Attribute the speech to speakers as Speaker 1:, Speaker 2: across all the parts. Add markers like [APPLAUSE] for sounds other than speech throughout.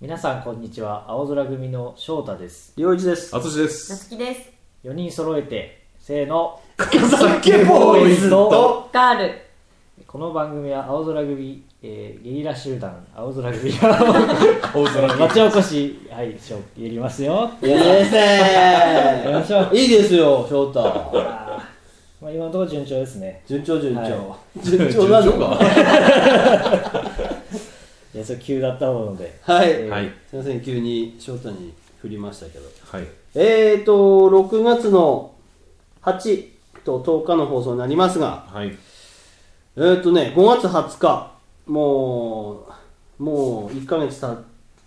Speaker 1: 皆さんこんにちは青空組の翔太です
Speaker 2: りょういちです。
Speaker 3: あつしで
Speaker 4: な
Speaker 3: す。
Speaker 4: つきです。
Speaker 1: 4人揃えてせーの
Speaker 2: 酒ボーイズと
Speaker 4: ガール。
Speaker 1: この番組は青空組、えーゲリラ集団青空組が
Speaker 3: 大空に。
Speaker 1: 町おこしはいしょやりますよ
Speaker 2: いやです
Speaker 1: やりましょう
Speaker 2: いいですよ、翔太。
Speaker 1: あーまあ今のところ順調ですね
Speaker 2: 順調順調。
Speaker 1: は
Speaker 2: 順調なのか。
Speaker 1: いやそれ急だったもので
Speaker 2: はい。
Speaker 3: はい。
Speaker 2: すいません、急に翔太に振りましたけど。
Speaker 3: はい。
Speaker 2: えーと、6月の8と10日の放送になりますが、
Speaker 3: はい。
Speaker 2: えーとね、5月20日、もう、もう1ヶ月た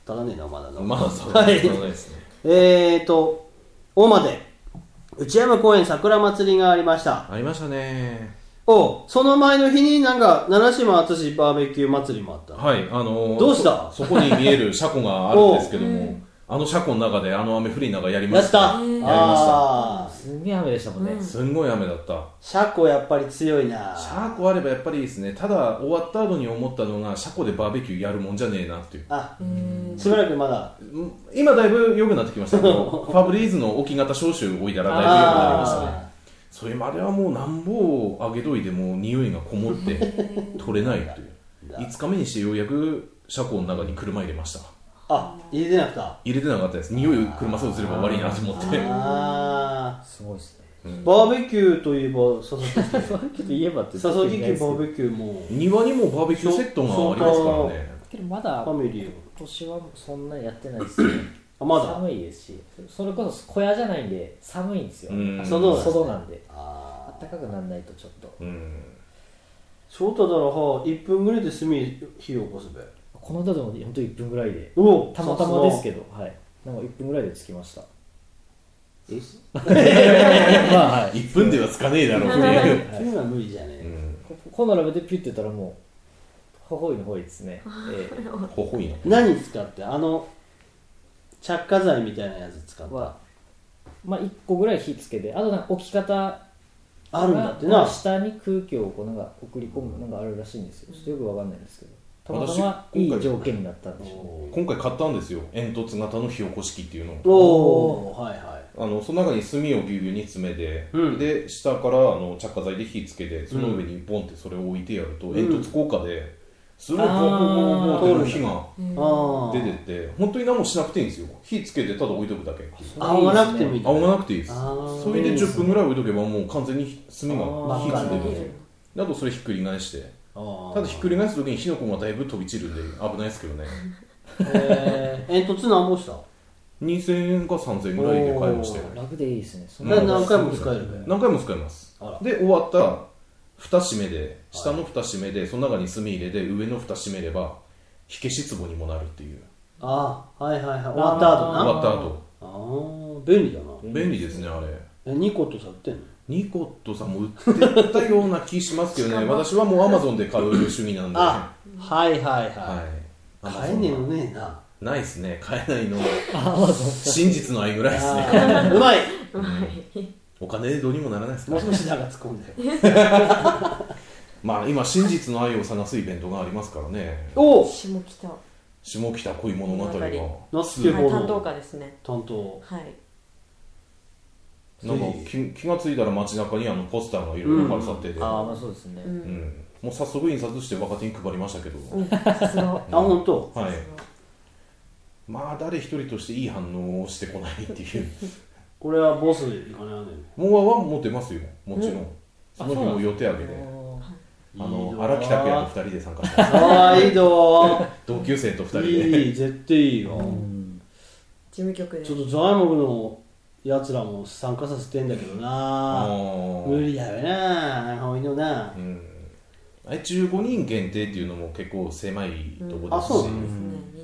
Speaker 2: たらねえな、まだな。
Speaker 3: まあ、そう
Speaker 2: はい
Speaker 3: そうないですね。
Speaker 2: えーと、大間で、内山公園桜祭りがありました。
Speaker 3: ありましたね。
Speaker 2: おうその前の日になんか、七島敦バーベキュー祭りもあった。
Speaker 3: はい。あのー、
Speaker 2: どうした
Speaker 3: そそこに見える車庫があるんですけども、あの車庫の中であの雨降りながらやりま
Speaker 2: やっ
Speaker 3: し
Speaker 2: た、
Speaker 3: た。
Speaker 4: うんやりました
Speaker 2: ああ
Speaker 1: すんげえ雨でしたもんね、
Speaker 4: うん
Speaker 3: すんごい雨だった。
Speaker 2: 車庫やっぱり強いな
Speaker 3: 車庫あればやっぱりいいですね。ただ、終わった後に思ったのが、車庫でバーベキューやるもんじゃねえなっていう。
Speaker 2: あ
Speaker 4: うん。
Speaker 2: しばらくまだ
Speaker 3: うん今だいぶ良くなってきました
Speaker 2: [LAUGHS]
Speaker 3: けど、ファブリーズの置き型消臭置いたらだいぶ良くなりましたね。
Speaker 2: あ
Speaker 3: それまではもうなんぼあげといても匂いがこもって [LAUGHS] 取れないという5日目にしてようやく車庫の中に車入れました
Speaker 2: ーあ入れてなくたあ
Speaker 3: 入れてなかったです匂い車そうすれば悪いなと思って
Speaker 2: あ
Speaker 1: すごいですね
Speaker 2: ーバーベキューといえば笹木
Speaker 1: バーベキューといえばって
Speaker 2: 笹木
Speaker 1: 言
Speaker 2: 家
Speaker 1: って
Speaker 2: バ
Speaker 1: もい
Speaker 2: ー
Speaker 1: ないです
Speaker 2: ベキューも
Speaker 3: 庭にもバーベキューセットがありますからね
Speaker 1: けどけどまだ
Speaker 2: ファ
Speaker 1: 今
Speaker 2: ミリーを
Speaker 1: 年はそんなやってないですよね
Speaker 2: あまだ
Speaker 1: 寒いですしそれこそ小屋じゃないんで寒いんですよ、
Speaker 3: うん
Speaker 2: その
Speaker 1: 外なんで
Speaker 2: あ
Speaker 1: 暖かくならないとちょっと
Speaker 3: うん
Speaker 2: ー翔太だろは1分ぐらいで炭火を起こすべ
Speaker 1: この間でも本当1分ぐらいで
Speaker 2: お
Speaker 1: たまたまですけどはいなんか1分ぐらいで着きました
Speaker 2: ど
Speaker 1: まあはい
Speaker 3: 1分ではつかねえだろうって [LAUGHS] いう
Speaker 2: そういうのは無理じゃね
Speaker 3: う
Speaker 2: え
Speaker 3: ん
Speaker 1: ここ並べてピュッてやったらもう頬の方ですね、え
Speaker 3: ほほいな
Speaker 2: 何使ってあの着火剤みたいなやつ使っ
Speaker 1: え
Speaker 2: た
Speaker 1: はまあ1個ぐらい火つけてあとなんか置き方
Speaker 2: あるんだって
Speaker 1: ま
Speaker 2: な
Speaker 1: あ下に空気をこうなんか送り込むなんかあるらしいんですよちょっとよくわかんないんですけどたまたま
Speaker 3: 私
Speaker 1: い
Speaker 3: 今
Speaker 1: い
Speaker 3: 回
Speaker 1: 条件になったんでしょうね
Speaker 2: おー
Speaker 3: 今回買ったんですよ煙突型の火起こし器っていうのを
Speaker 2: おーはいはい
Speaker 3: あのその中に炭をぎゅうぎゅうに詰めて、
Speaker 2: うん
Speaker 3: で下からあの着火剤で火つけてその上にボンってそれを置いてやると、
Speaker 2: ん
Speaker 3: 煙突効果ですごいボンボンボンボンボンって火が
Speaker 2: あ
Speaker 3: 出てって本当に何もしなくていいんですよ火つけてただ置いとくだけ
Speaker 2: あ仰がなくてもいい
Speaker 3: 仰がなくていいです
Speaker 2: あー
Speaker 3: それで10分ぐらい置いとけばもう完全に炭が火
Speaker 2: あ
Speaker 3: つい
Speaker 2: ー
Speaker 3: てるあとそれひっくり返して
Speaker 2: あ
Speaker 3: ただひっくり返す時に火の粉がだいぶ飛び散るんで危ないですけど
Speaker 2: [LAUGHS]
Speaker 3: ね
Speaker 2: えー、煙突なんぼした
Speaker 3: 2000円か3000円ぐらいで買いましたよ
Speaker 1: 楽でいいですねそん
Speaker 2: だ
Speaker 1: な
Speaker 2: から何回
Speaker 1: [LAUGHS]
Speaker 2: も使えるべ
Speaker 3: 何回も使います
Speaker 2: あら
Speaker 3: で終わったら蓋閉めで下の蓋閉めでその中に炭入れで上の蓋閉めれば火消し壺にもなるっていう
Speaker 2: ああはいはいはい終わった後
Speaker 1: あ
Speaker 2: な
Speaker 3: 終
Speaker 2: あ
Speaker 3: わった後
Speaker 2: あー便利だな
Speaker 3: 便利ですねあれ
Speaker 2: え2個とさ売ってんの
Speaker 3: ニコットさんも売ってたような気しますけどね私はもうアマゾンで買う主義なんで
Speaker 2: あ
Speaker 3: は
Speaker 2: はいはい
Speaker 3: い
Speaker 2: は
Speaker 3: ア
Speaker 2: い
Speaker 3: マゾンは
Speaker 2: 買えねえのねえな
Speaker 3: ないですね買えないの真実の愛ぐらいですね
Speaker 2: あーうまい
Speaker 3: お金でどうにもならないですか
Speaker 2: もう
Speaker 3: ら
Speaker 2: 少し長突っ込んで
Speaker 3: まあ今真実の愛を探すイベントがありますからね
Speaker 2: おお
Speaker 4: 私も来た。は
Speaker 3: 下北恋物語が
Speaker 2: ナスケ
Speaker 4: い、
Speaker 2: ボー
Speaker 4: 担当
Speaker 2: の
Speaker 4: 課ですね。
Speaker 2: 担当
Speaker 4: はい。
Speaker 3: なんか気気がついたら街中にあのポスターがいろいろ貼らさってて、
Speaker 1: ああまあそうですね、
Speaker 4: う
Speaker 3: うん
Speaker 4: ん。
Speaker 3: もう早速印刷して若手に配りましたけど、
Speaker 4: うん。さす
Speaker 2: [LAUGHS]
Speaker 4: が。
Speaker 2: あ本当
Speaker 3: はい、まあ誰一人としていい反応をしてこないっていう
Speaker 2: これはボス行かないわね
Speaker 3: もうは持ってますよもちろん、その
Speaker 1: あそ
Speaker 3: 日
Speaker 1: うなん
Speaker 3: も
Speaker 1: です
Speaker 3: 予定あげであの荒木
Speaker 2: 拓
Speaker 3: 拓也と二人で参加してます
Speaker 2: かわいいど
Speaker 3: 同級 [LAUGHS] 生と二人
Speaker 2: ー
Speaker 3: で
Speaker 2: いい絶対いいよ
Speaker 4: 事務局で。
Speaker 2: ちょっと材木のやつらも参加させてんだけどな
Speaker 3: あー
Speaker 2: 無理だよな青いのな
Speaker 3: うんあれ15人限定っていうのも結構狭いと
Speaker 2: う
Speaker 3: こ
Speaker 2: んあ
Speaker 3: ですし、
Speaker 2: そうな
Speaker 4: ですね。人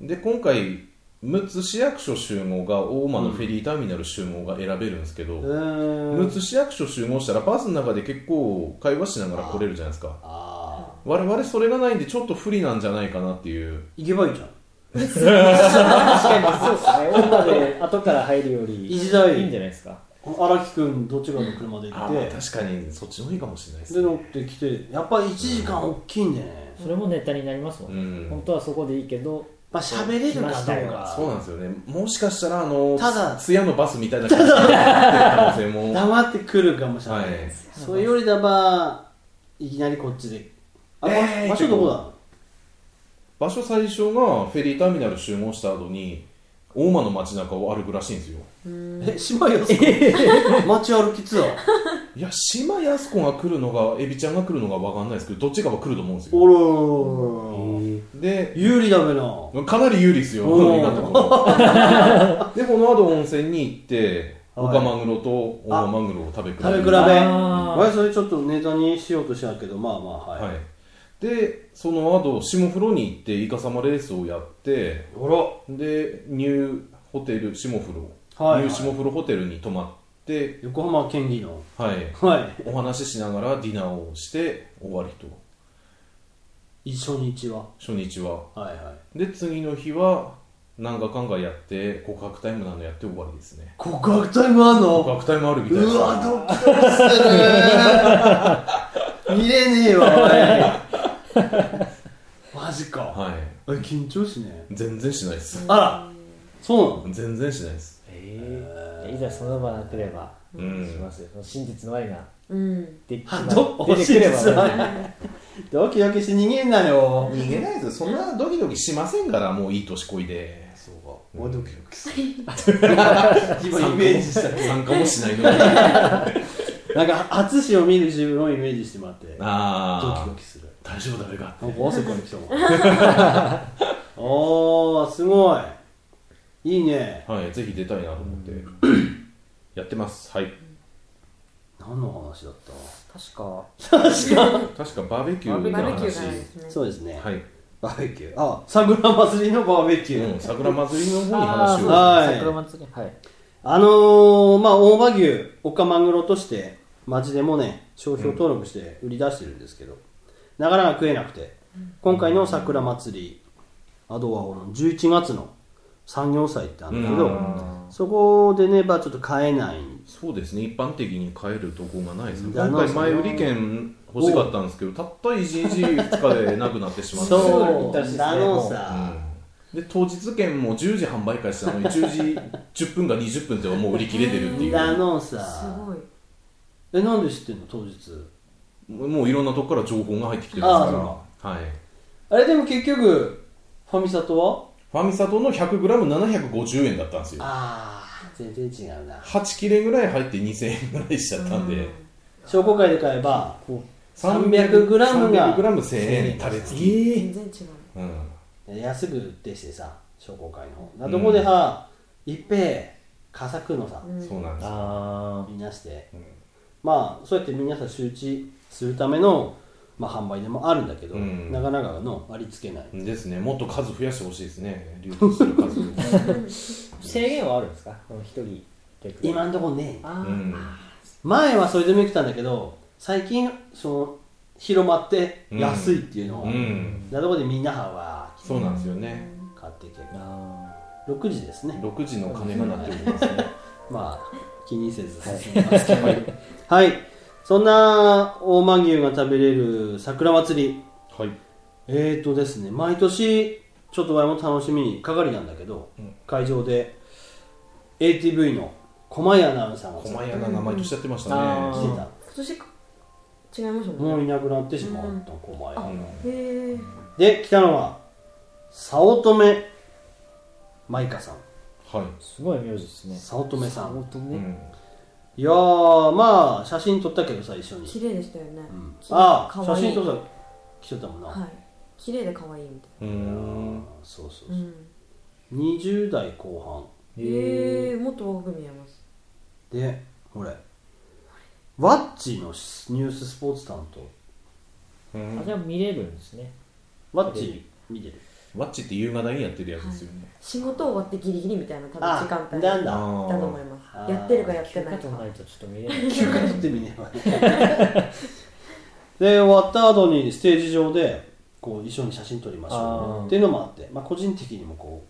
Speaker 4: 数。
Speaker 3: で今回6つ市役所集合が大間のフェリーターミナル集合が選べるんですけど、
Speaker 2: う
Speaker 3: 6
Speaker 2: ーん
Speaker 3: つ市役所集合したらバスの中で結構会話しながら来れるじゃないですか
Speaker 2: ああ
Speaker 3: 我々それがないんでちょっと不利なんじゃないかなっていう
Speaker 2: 行けばい [LAUGHS] いじゃん
Speaker 1: 確かにそうですね女で後から入るより
Speaker 2: いじられる
Speaker 1: いいんじゃないですか
Speaker 2: 荒木君どっちかの車で行
Speaker 3: あ
Speaker 2: っ
Speaker 3: ー
Speaker 2: て
Speaker 3: 確かにそっちの方がいいかもしれないです
Speaker 2: で乗
Speaker 3: ね
Speaker 2: ってきてやっぱり1時間大きいんだよね
Speaker 1: それもネタになりますもんね、
Speaker 3: うん
Speaker 1: 本当はそこでいいけど
Speaker 2: まあ喋れるかどう
Speaker 1: 来ましたよ
Speaker 2: か
Speaker 3: そうなんですよねもしかしたらあの
Speaker 2: ただ
Speaker 3: つ艶のバスみたいな感じになってる可能性も
Speaker 2: 黙ってくるかもしれない、
Speaker 3: はい
Speaker 2: それよりだばいきなりこっちであ、場
Speaker 3: えー
Speaker 2: 場所どこだ
Speaker 3: 場所最初がフェリーターミナル集合した後に大間の街中を歩くらしいんですよ
Speaker 2: え島よそこ街歩きツアー
Speaker 3: いや島やす子が来るのがエビちゃんが来るのが分かんないですけどどっちかは来ると思うんです
Speaker 2: お
Speaker 3: よ
Speaker 2: ろー
Speaker 3: で
Speaker 2: 有利だべな
Speaker 3: かなり有利ですよ
Speaker 2: おー
Speaker 3: 今のところでこの後温泉に行って
Speaker 2: はい
Speaker 3: オカマグロとオガマグロを食べ比べ
Speaker 2: 食べ比べ
Speaker 3: は
Speaker 1: あー
Speaker 2: わいそれちょっとネタにしようとしたけどまあまあはい、
Speaker 3: いでその後下風呂に行ってイカサマレースをやって
Speaker 2: おろ
Speaker 3: でニューホテル下風呂、
Speaker 2: はい
Speaker 3: ニュー下風呂ホテルに泊まって
Speaker 2: 横浜県議の
Speaker 3: はい
Speaker 2: は
Speaker 3: お話ししながらディナーをして終わりと
Speaker 2: い一緒に一は
Speaker 3: 初日は
Speaker 2: はいはい
Speaker 3: で次の日はなんかかんかやって告白タイムなのやって終わりですね
Speaker 2: 告白タイムあん
Speaker 3: 告
Speaker 2: の
Speaker 3: 白タイムあるみたいです
Speaker 2: うわドキドキする見れねえわおいマジか
Speaker 3: は
Speaker 2: え緊張しね
Speaker 3: い全然しないです
Speaker 2: あらそうなの
Speaker 3: 全然しないです
Speaker 1: ええいざその場が来ればし
Speaker 3: うん
Speaker 1: ますよ、その真実の愛が
Speaker 4: うん
Speaker 1: でき
Speaker 2: あ
Speaker 1: ま
Speaker 2: ど
Speaker 1: 出てくれば
Speaker 2: 真実の愛
Speaker 1: ね
Speaker 2: ドキドキして逃げんなよ
Speaker 3: 逃げないですそんなドキドキしませんからもういい年こいでそうか
Speaker 2: おドキ
Speaker 3: ドキす
Speaker 2: 今イメージした
Speaker 3: る参加もしないのに
Speaker 2: なんか淳を見る自分をイメージしてもらってド
Speaker 3: あ
Speaker 2: キド
Speaker 3: あ
Speaker 2: キする
Speaker 3: 大丈夫だべか
Speaker 2: なんか汗かいてきたもん [LAUGHS] おーすごいいいね
Speaker 3: はいぜひ出たいなと [CLEARS THROAT] 思ってやってますはい
Speaker 2: 何の話だっ
Speaker 1: 確か
Speaker 3: 確かバーベキューの
Speaker 4: バー
Speaker 3: 話
Speaker 4: ベキューがです
Speaker 2: た
Speaker 4: ね
Speaker 2: そうですね、
Speaker 3: はい
Speaker 2: バーベキューあ桜祭りのバーベキュー、
Speaker 3: うん、桜祭りの方に話を
Speaker 2: あはい
Speaker 1: 桜祭りはい
Speaker 2: あのー、まあ大葉牛オカマグロとして町でもね商標登録して売り出してるんですけど、なかなか食えなくて今回の桜祭りアドワオの11月の産業祭ってあるんだけ
Speaker 3: う
Speaker 2: ど
Speaker 3: ん
Speaker 2: そこでねまあちょっと買えない
Speaker 3: そうですね一般的に買えるとこがないですね
Speaker 2: だな
Speaker 3: 今回前売り券欲しかったんですけどたった1日2日でなくなってしまって
Speaker 1: そう
Speaker 2: なのさ
Speaker 3: うんで当日券も10時販売開始なのに10時10分か20分ではもう売り切れてるっていう
Speaker 2: だの
Speaker 4: す
Speaker 2: さ
Speaker 4: ごい
Speaker 2: えなんで知ってんの当日
Speaker 3: もういろんなとこから情報が入ってきてます
Speaker 2: あー
Speaker 3: からはい
Speaker 2: あれでも結局ファミサとは
Speaker 3: ファミサトの 100g750 円だったんですよ
Speaker 2: ああ全然違うな
Speaker 3: 8切れぐらい入って2000円ぐらいしちゃったんで
Speaker 2: 商工会で買えば
Speaker 3: 300g
Speaker 2: 300g が
Speaker 3: 300g1000 円垂れ付き、
Speaker 4: 全然違う
Speaker 3: うん
Speaker 2: 安く売ってしてさ商工会の方なとこでさ、一平佳作のさ、
Speaker 4: うん
Speaker 3: そうなんです
Speaker 1: あ
Speaker 2: みんなして、
Speaker 3: ん
Speaker 2: まあそうやって皆さん周知するための、まあ、販売でもあるんだけど、
Speaker 3: うん
Speaker 2: なかなかのありつけない、
Speaker 3: ですねもっと数増やしてほしいです [LAUGHS] ね流通する数
Speaker 1: あ制限はあるんですかこの一人で
Speaker 2: 今んとこね
Speaker 1: あー
Speaker 3: うん
Speaker 2: 前はそれでもよくたんだけど最近その広まって
Speaker 3: うん
Speaker 2: 安いっていうのを、
Speaker 3: うん
Speaker 2: なとこでみんなはわーっ
Speaker 3: そうなんですよね
Speaker 2: て買っていけば
Speaker 1: あ
Speaker 2: 6時ですね
Speaker 3: 6時の鐘が鳴っておりますね
Speaker 2: まあ気にせず進みますけどはい、 [LAUGHS] そんな大間牛が食べれる桜祭り
Speaker 3: はい
Speaker 2: えーとですね毎年ちょっと我々も楽しみに係なんだけど、
Speaker 3: うん
Speaker 2: 会場で ATV の駒井アナウンサーが
Speaker 3: 駒屋が名前としちゃってました
Speaker 1: あ
Speaker 3: ね
Speaker 2: 来てた
Speaker 4: 今年か違います
Speaker 2: も
Speaker 4: も
Speaker 2: うんい
Speaker 4: ね
Speaker 2: なくなってしまった駒井、
Speaker 4: へえ
Speaker 2: で来たのは早乙女舞香さん
Speaker 3: はい、
Speaker 1: ーすごい名字ですね
Speaker 2: 早乙女さん
Speaker 1: 本当
Speaker 3: う
Speaker 1: ね
Speaker 3: ん、
Speaker 2: いやーまあ写真撮ったけどさ一緒に
Speaker 4: 綺麗でしたよね
Speaker 2: うん
Speaker 4: き
Speaker 2: あ
Speaker 4: か
Speaker 2: あ
Speaker 4: わ
Speaker 2: 写
Speaker 4: いい
Speaker 2: 真撮った来てたもんな、
Speaker 4: はい綺麗で可愛いみたいう
Speaker 3: ー
Speaker 2: うんんそうそうそう、
Speaker 4: なうん
Speaker 2: 20代後
Speaker 4: へえもっと若く見えます
Speaker 2: 半でほれワッチのしニューススポーツ担当
Speaker 3: うん
Speaker 1: あじゃあ見れるんですね
Speaker 2: ワッチ見てる
Speaker 3: ワッチって夕方にやってるやつですよね、
Speaker 4: 仕事終わってギリギリみたいな多分時間帯
Speaker 2: なん
Speaker 4: だ
Speaker 2: だ
Speaker 3: あ
Speaker 4: と思い
Speaker 3: ー
Speaker 4: ま
Speaker 2: あー
Speaker 4: すやってるかやって
Speaker 1: 休
Speaker 4: な
Speaker 1: 暇
Speaker 4: い
Speaker 1: と
Speaker 4: か
Speaker 1: ないとちょっと見れない
Speaker 2: [LAUGHS] 休暇取ってみねばねで終わった後にステージ上でこう一緒に写真撮りましょ
Speaker 1: あ
Speaker 2: う
Speaker 1: ー
Speaker 2: っていうのもあって、まあ、個人的にもこ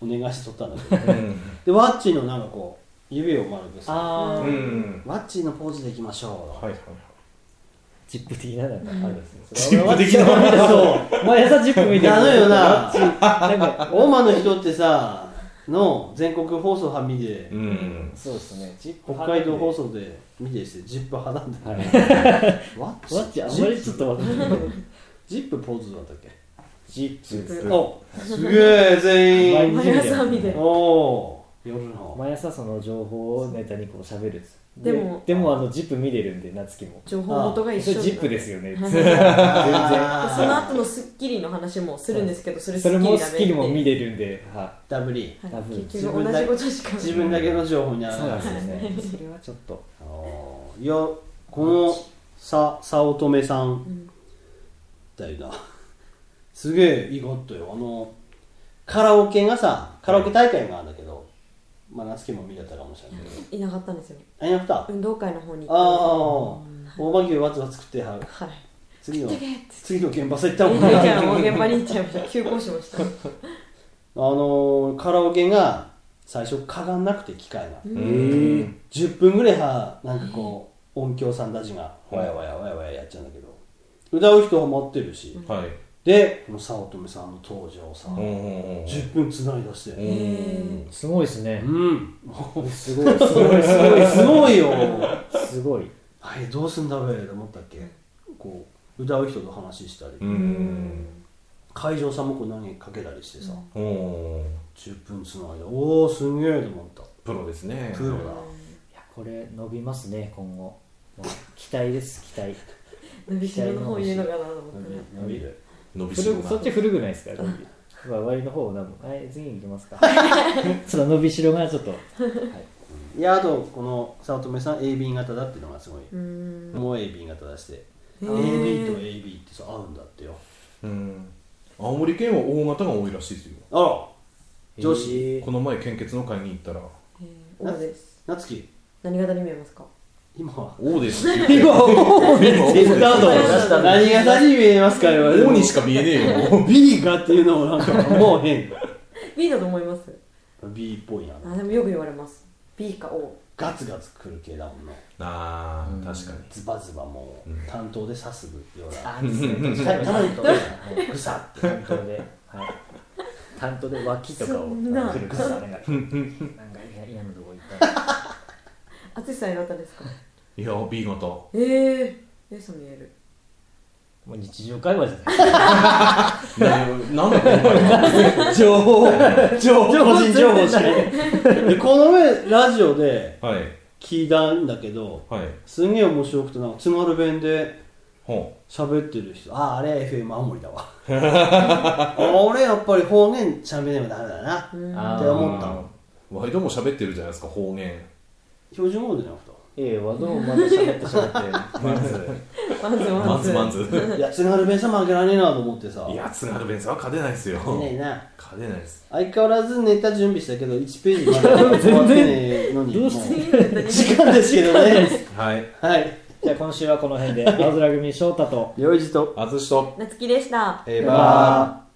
Speaker 2: うお願いして撮ったんだけど
Speaker 3: うん
Speaker 2: でワッチのなんかこう指を丸くさ
Speaker 1: あ
Speaker 3: うん
Speaker 2: ワッチのポーズでいきましょう、
Speaker 3: はいはいはい
Speaker 1: ジップ的ななんかあるんですよ
Speaker 3: ジップ的な
Speaker 1: 俺は
Speaker 2: そ
Speaker 1: そう毎朝ジップ見てる
Speaker 2: なのよな
Speaker 1: ガチなんか
Speaker 2: 大間の人ってさの全国放送は見て
Speaker 3: うん
Speaker 1: そうですねジップ
Speaker 2: 北海道放送で見てしてジップ派なんだ
Speaker 1: は
Speaker 2: よ
Speaker 1: い
Speaker 2: ワッチ
Speaker 1: ワッチあんまりちょっとわかんない
Speaker 2: ジップポーズだったっけ
Speaker 1: ジップ
Speaker 2: おすげえ全員
Speaker 4: 毎朝見てる
Speaker 2: おおー夜の
Speaker 1: 毎朝その情報をネタにこう喋るんです
Speaker 4: でも
Speaker 1: でもあのジップ見れるんで夏樹も
Speaker 4: 情報元
Speaker 1: そ
Speaker 4: が
Speaker 1: れ
Speaker 4: 一
Speaker 1: ジ
Speaker 4: 緒
Speaker 1: ップですすよ [LAUGHS] ね
Speaker 4: はい
Speaker 1: 全然
Speaker 4: その後の『スッキリ』の話もするんですけどそれ
Speaker 1: それも『スッキリ』
Speaker 4: だ
Speaker 1: も
Speaker 4: め
Speaker 1: 見
Speaker 4: って
Speaker 1: れるんでは
Speaker 2: ダブリ
Speaker 4: はい
Speaker 1: 多分
Speaker 4: 結局同じことしか
Speaker 2: 自分だけの情報に
Speaker 1: い
Speaker 2: あ
Speaker 1: そうなんですよ
Speaker 2: る
Speaker 1: ねそれはちょっと
Speaker 2: おーいやこのさ早乙女さん
Speaker 4: うん
Speaker 2: だよなすげえ意外とよあのカラオケがさカラオケ大会があるんだけど、まあ夏希も見てたかもしれないけど
Speaker 4: いなかったんですよ
Speaker 2: あいなくたあ
Speaker 4: 運動会の方に
Speaker 2: あー大間牛わつわつ食ってはる
Speaker 4: はい
Speaker 2: 次の
Speaker 4: 行ってけっつっ
Speaker 2: 次の現場さ行ったもん
Speaker 4: てじ
Speaker 2: ね
Speaker 4: ゃあもう現場に行っちゃいました急行しました
Speaker 2: あのーカラオケが最初かがんなくて機械が、
Speaker 3: うん
Speaker 2: 10分ぐらいはなんかこう、音響さんたちがわやわやわやわややっちゃうんだけど歌う人は持ってるし、
Speaker 3: はい
Speaker 2: でこの早乙女さんの登場さ、
Speaker 3: うんうんうん
Speaker 2: 10分つないだして、
Speaker 3: うん
Speaker 1: すごいですね
Speaker 2: うん。
Speaker 1: すごいす
Speaker 2: す
Speaker 1: ご
Speaker 2: ごい
Speaker 1: い
Speaker 2: すごいすごいよ。
Speaker 1: す [LAUGHS] ごい
Speaker 2: はい、どうすんだべと思ったっけこう、歌う人と話したり、
Speaker 3: うん
Speaker 2: 会場さんもこう投げかけたりしてさ、
Speaker 3: おー
Speaker 2: 10分つないで、おー、すげえと思った。
Speaker 3: プロですね
Speaker 2: プロだ。
Speaker 1: いやこれ伸びますね今後もう期待です期待
Speaker 4: 伸びしろの方言うのかなと思ったら
Speaker 2: 伸びる。
Speaker 3: 伸びしろ
Speaker 1: 古
Speaker 3: が
Speaker 1: そっち古くないですかゾンビまあ終わりの方を多分はい次行きますかちょっと伸びしろがちょっと、はい
Speaker 2: いや、あと、この早乙女さん、AB 型だっていうのがすごい。
Speaker 4: うん
Speaker 2: もう AB 型だして、
Speaker 4: へー
Speaker 2: AB と AB ってさ、合うんだってよ。
Speaker 3: うん青森県は大型が多いらしいですよ
Speaker 2: あら、女子
Speaker 1: えー
Speaker 3: この前献血の会に行ったら
Speaker 4: えー王です
Speaker 2: 夏希、
Speaker 4: 何型に見えますか
Speaker 2: 今は。
Speaker 3: 王ですって言って
Speaker 2: 王
Speaker 3: ですって言った後
Speaker 2: 何が何に見えますか言われても
Speaker 3: 王にしか見えねえよ
Speaker 2: B がっていうのもなんかもう変
Speaker 4: B だと思います
Speaker 2: B っぽいな
Speaker 4: あでもよく言われます B か O
Speaker 2: ガツガツくる系だもんな
Speaker 3: あー確かに
Speaker 2: ズバズバもう
Speaker 3: うん
Speaker 2: 担当で刺すような
Speaker 1: あですね確か
Speaker 2: た
Speaker 1: に
Speaker 2: ただにとってグサって
Speaker 1: 担当で、はい、担当で脇とか
Speaker 4: そ
Speaker 1: を
Speaker 4: んな
Speaker 1: くるくるなんかなんか嫌嫌なとこ行ったら
Speaker 4: 淳さん何型ですか
Speaker 3: いや B 型
Speaker 4: えー、えー、そう見える
Speaker 1: もう日常会話じゃない
Speaker 3: ねなんだこの前
Speaker 2: 情報情報個人情報しか
Speaker 1: 全
Speaker 2: でこの前ラジオで
Speaker 3: はい
Speaker 2: 聞いたんだけど
Speaker 3: はい
Speaker 2: すんげえ面白くてなんか津軽弁で
Speaker 3: ほ
Speaker 2: 喋ってる人あああれ FM 青森だ
Speaker 1: [LAUGHS]
Speaker 2: わ俺やっぱり方言喋ればダメだなって
Speaker 4: うん
Speaker 1: あー
Speaker 2: 思ったの
Speaker 3: うワイドも喋ってるじゃないですか方言
Speaker 2: 標準語じゃなくて
Speaker 1: ええわどうもまだ喋って喋ってまず
Speaker 4: マンズマ
Speaker 3: マ
Speaker 4: ン
Speaker 3: ン
Speaker 4: ズ
Speaker 3: ズマンズ
Speaker 2: いや、津軽弁さ負けられねえなと思ってさ。
Speaker 3: いや津軽弁さは勝てないですよ
Speaker 2: いないな。
Speaker 3: 勝てないです
Speaker 2: 相変わらずネタ準備したけど、1ページまだ終わってねえのに。
Speaker 1: どう
Speaker 2: も
Speaker 1: し
Speaker 2: う時間ですけどね。
Speaker 3: はい
Speaker 2: はい。
Speaker 1: じゃあ今週はこの辺で青空組翔太と
Speaker 2: よいじと。
Speaker 3: 淳と
Speaker 4: 夏希でした
Speaker 3: エ
Speaker 2: バー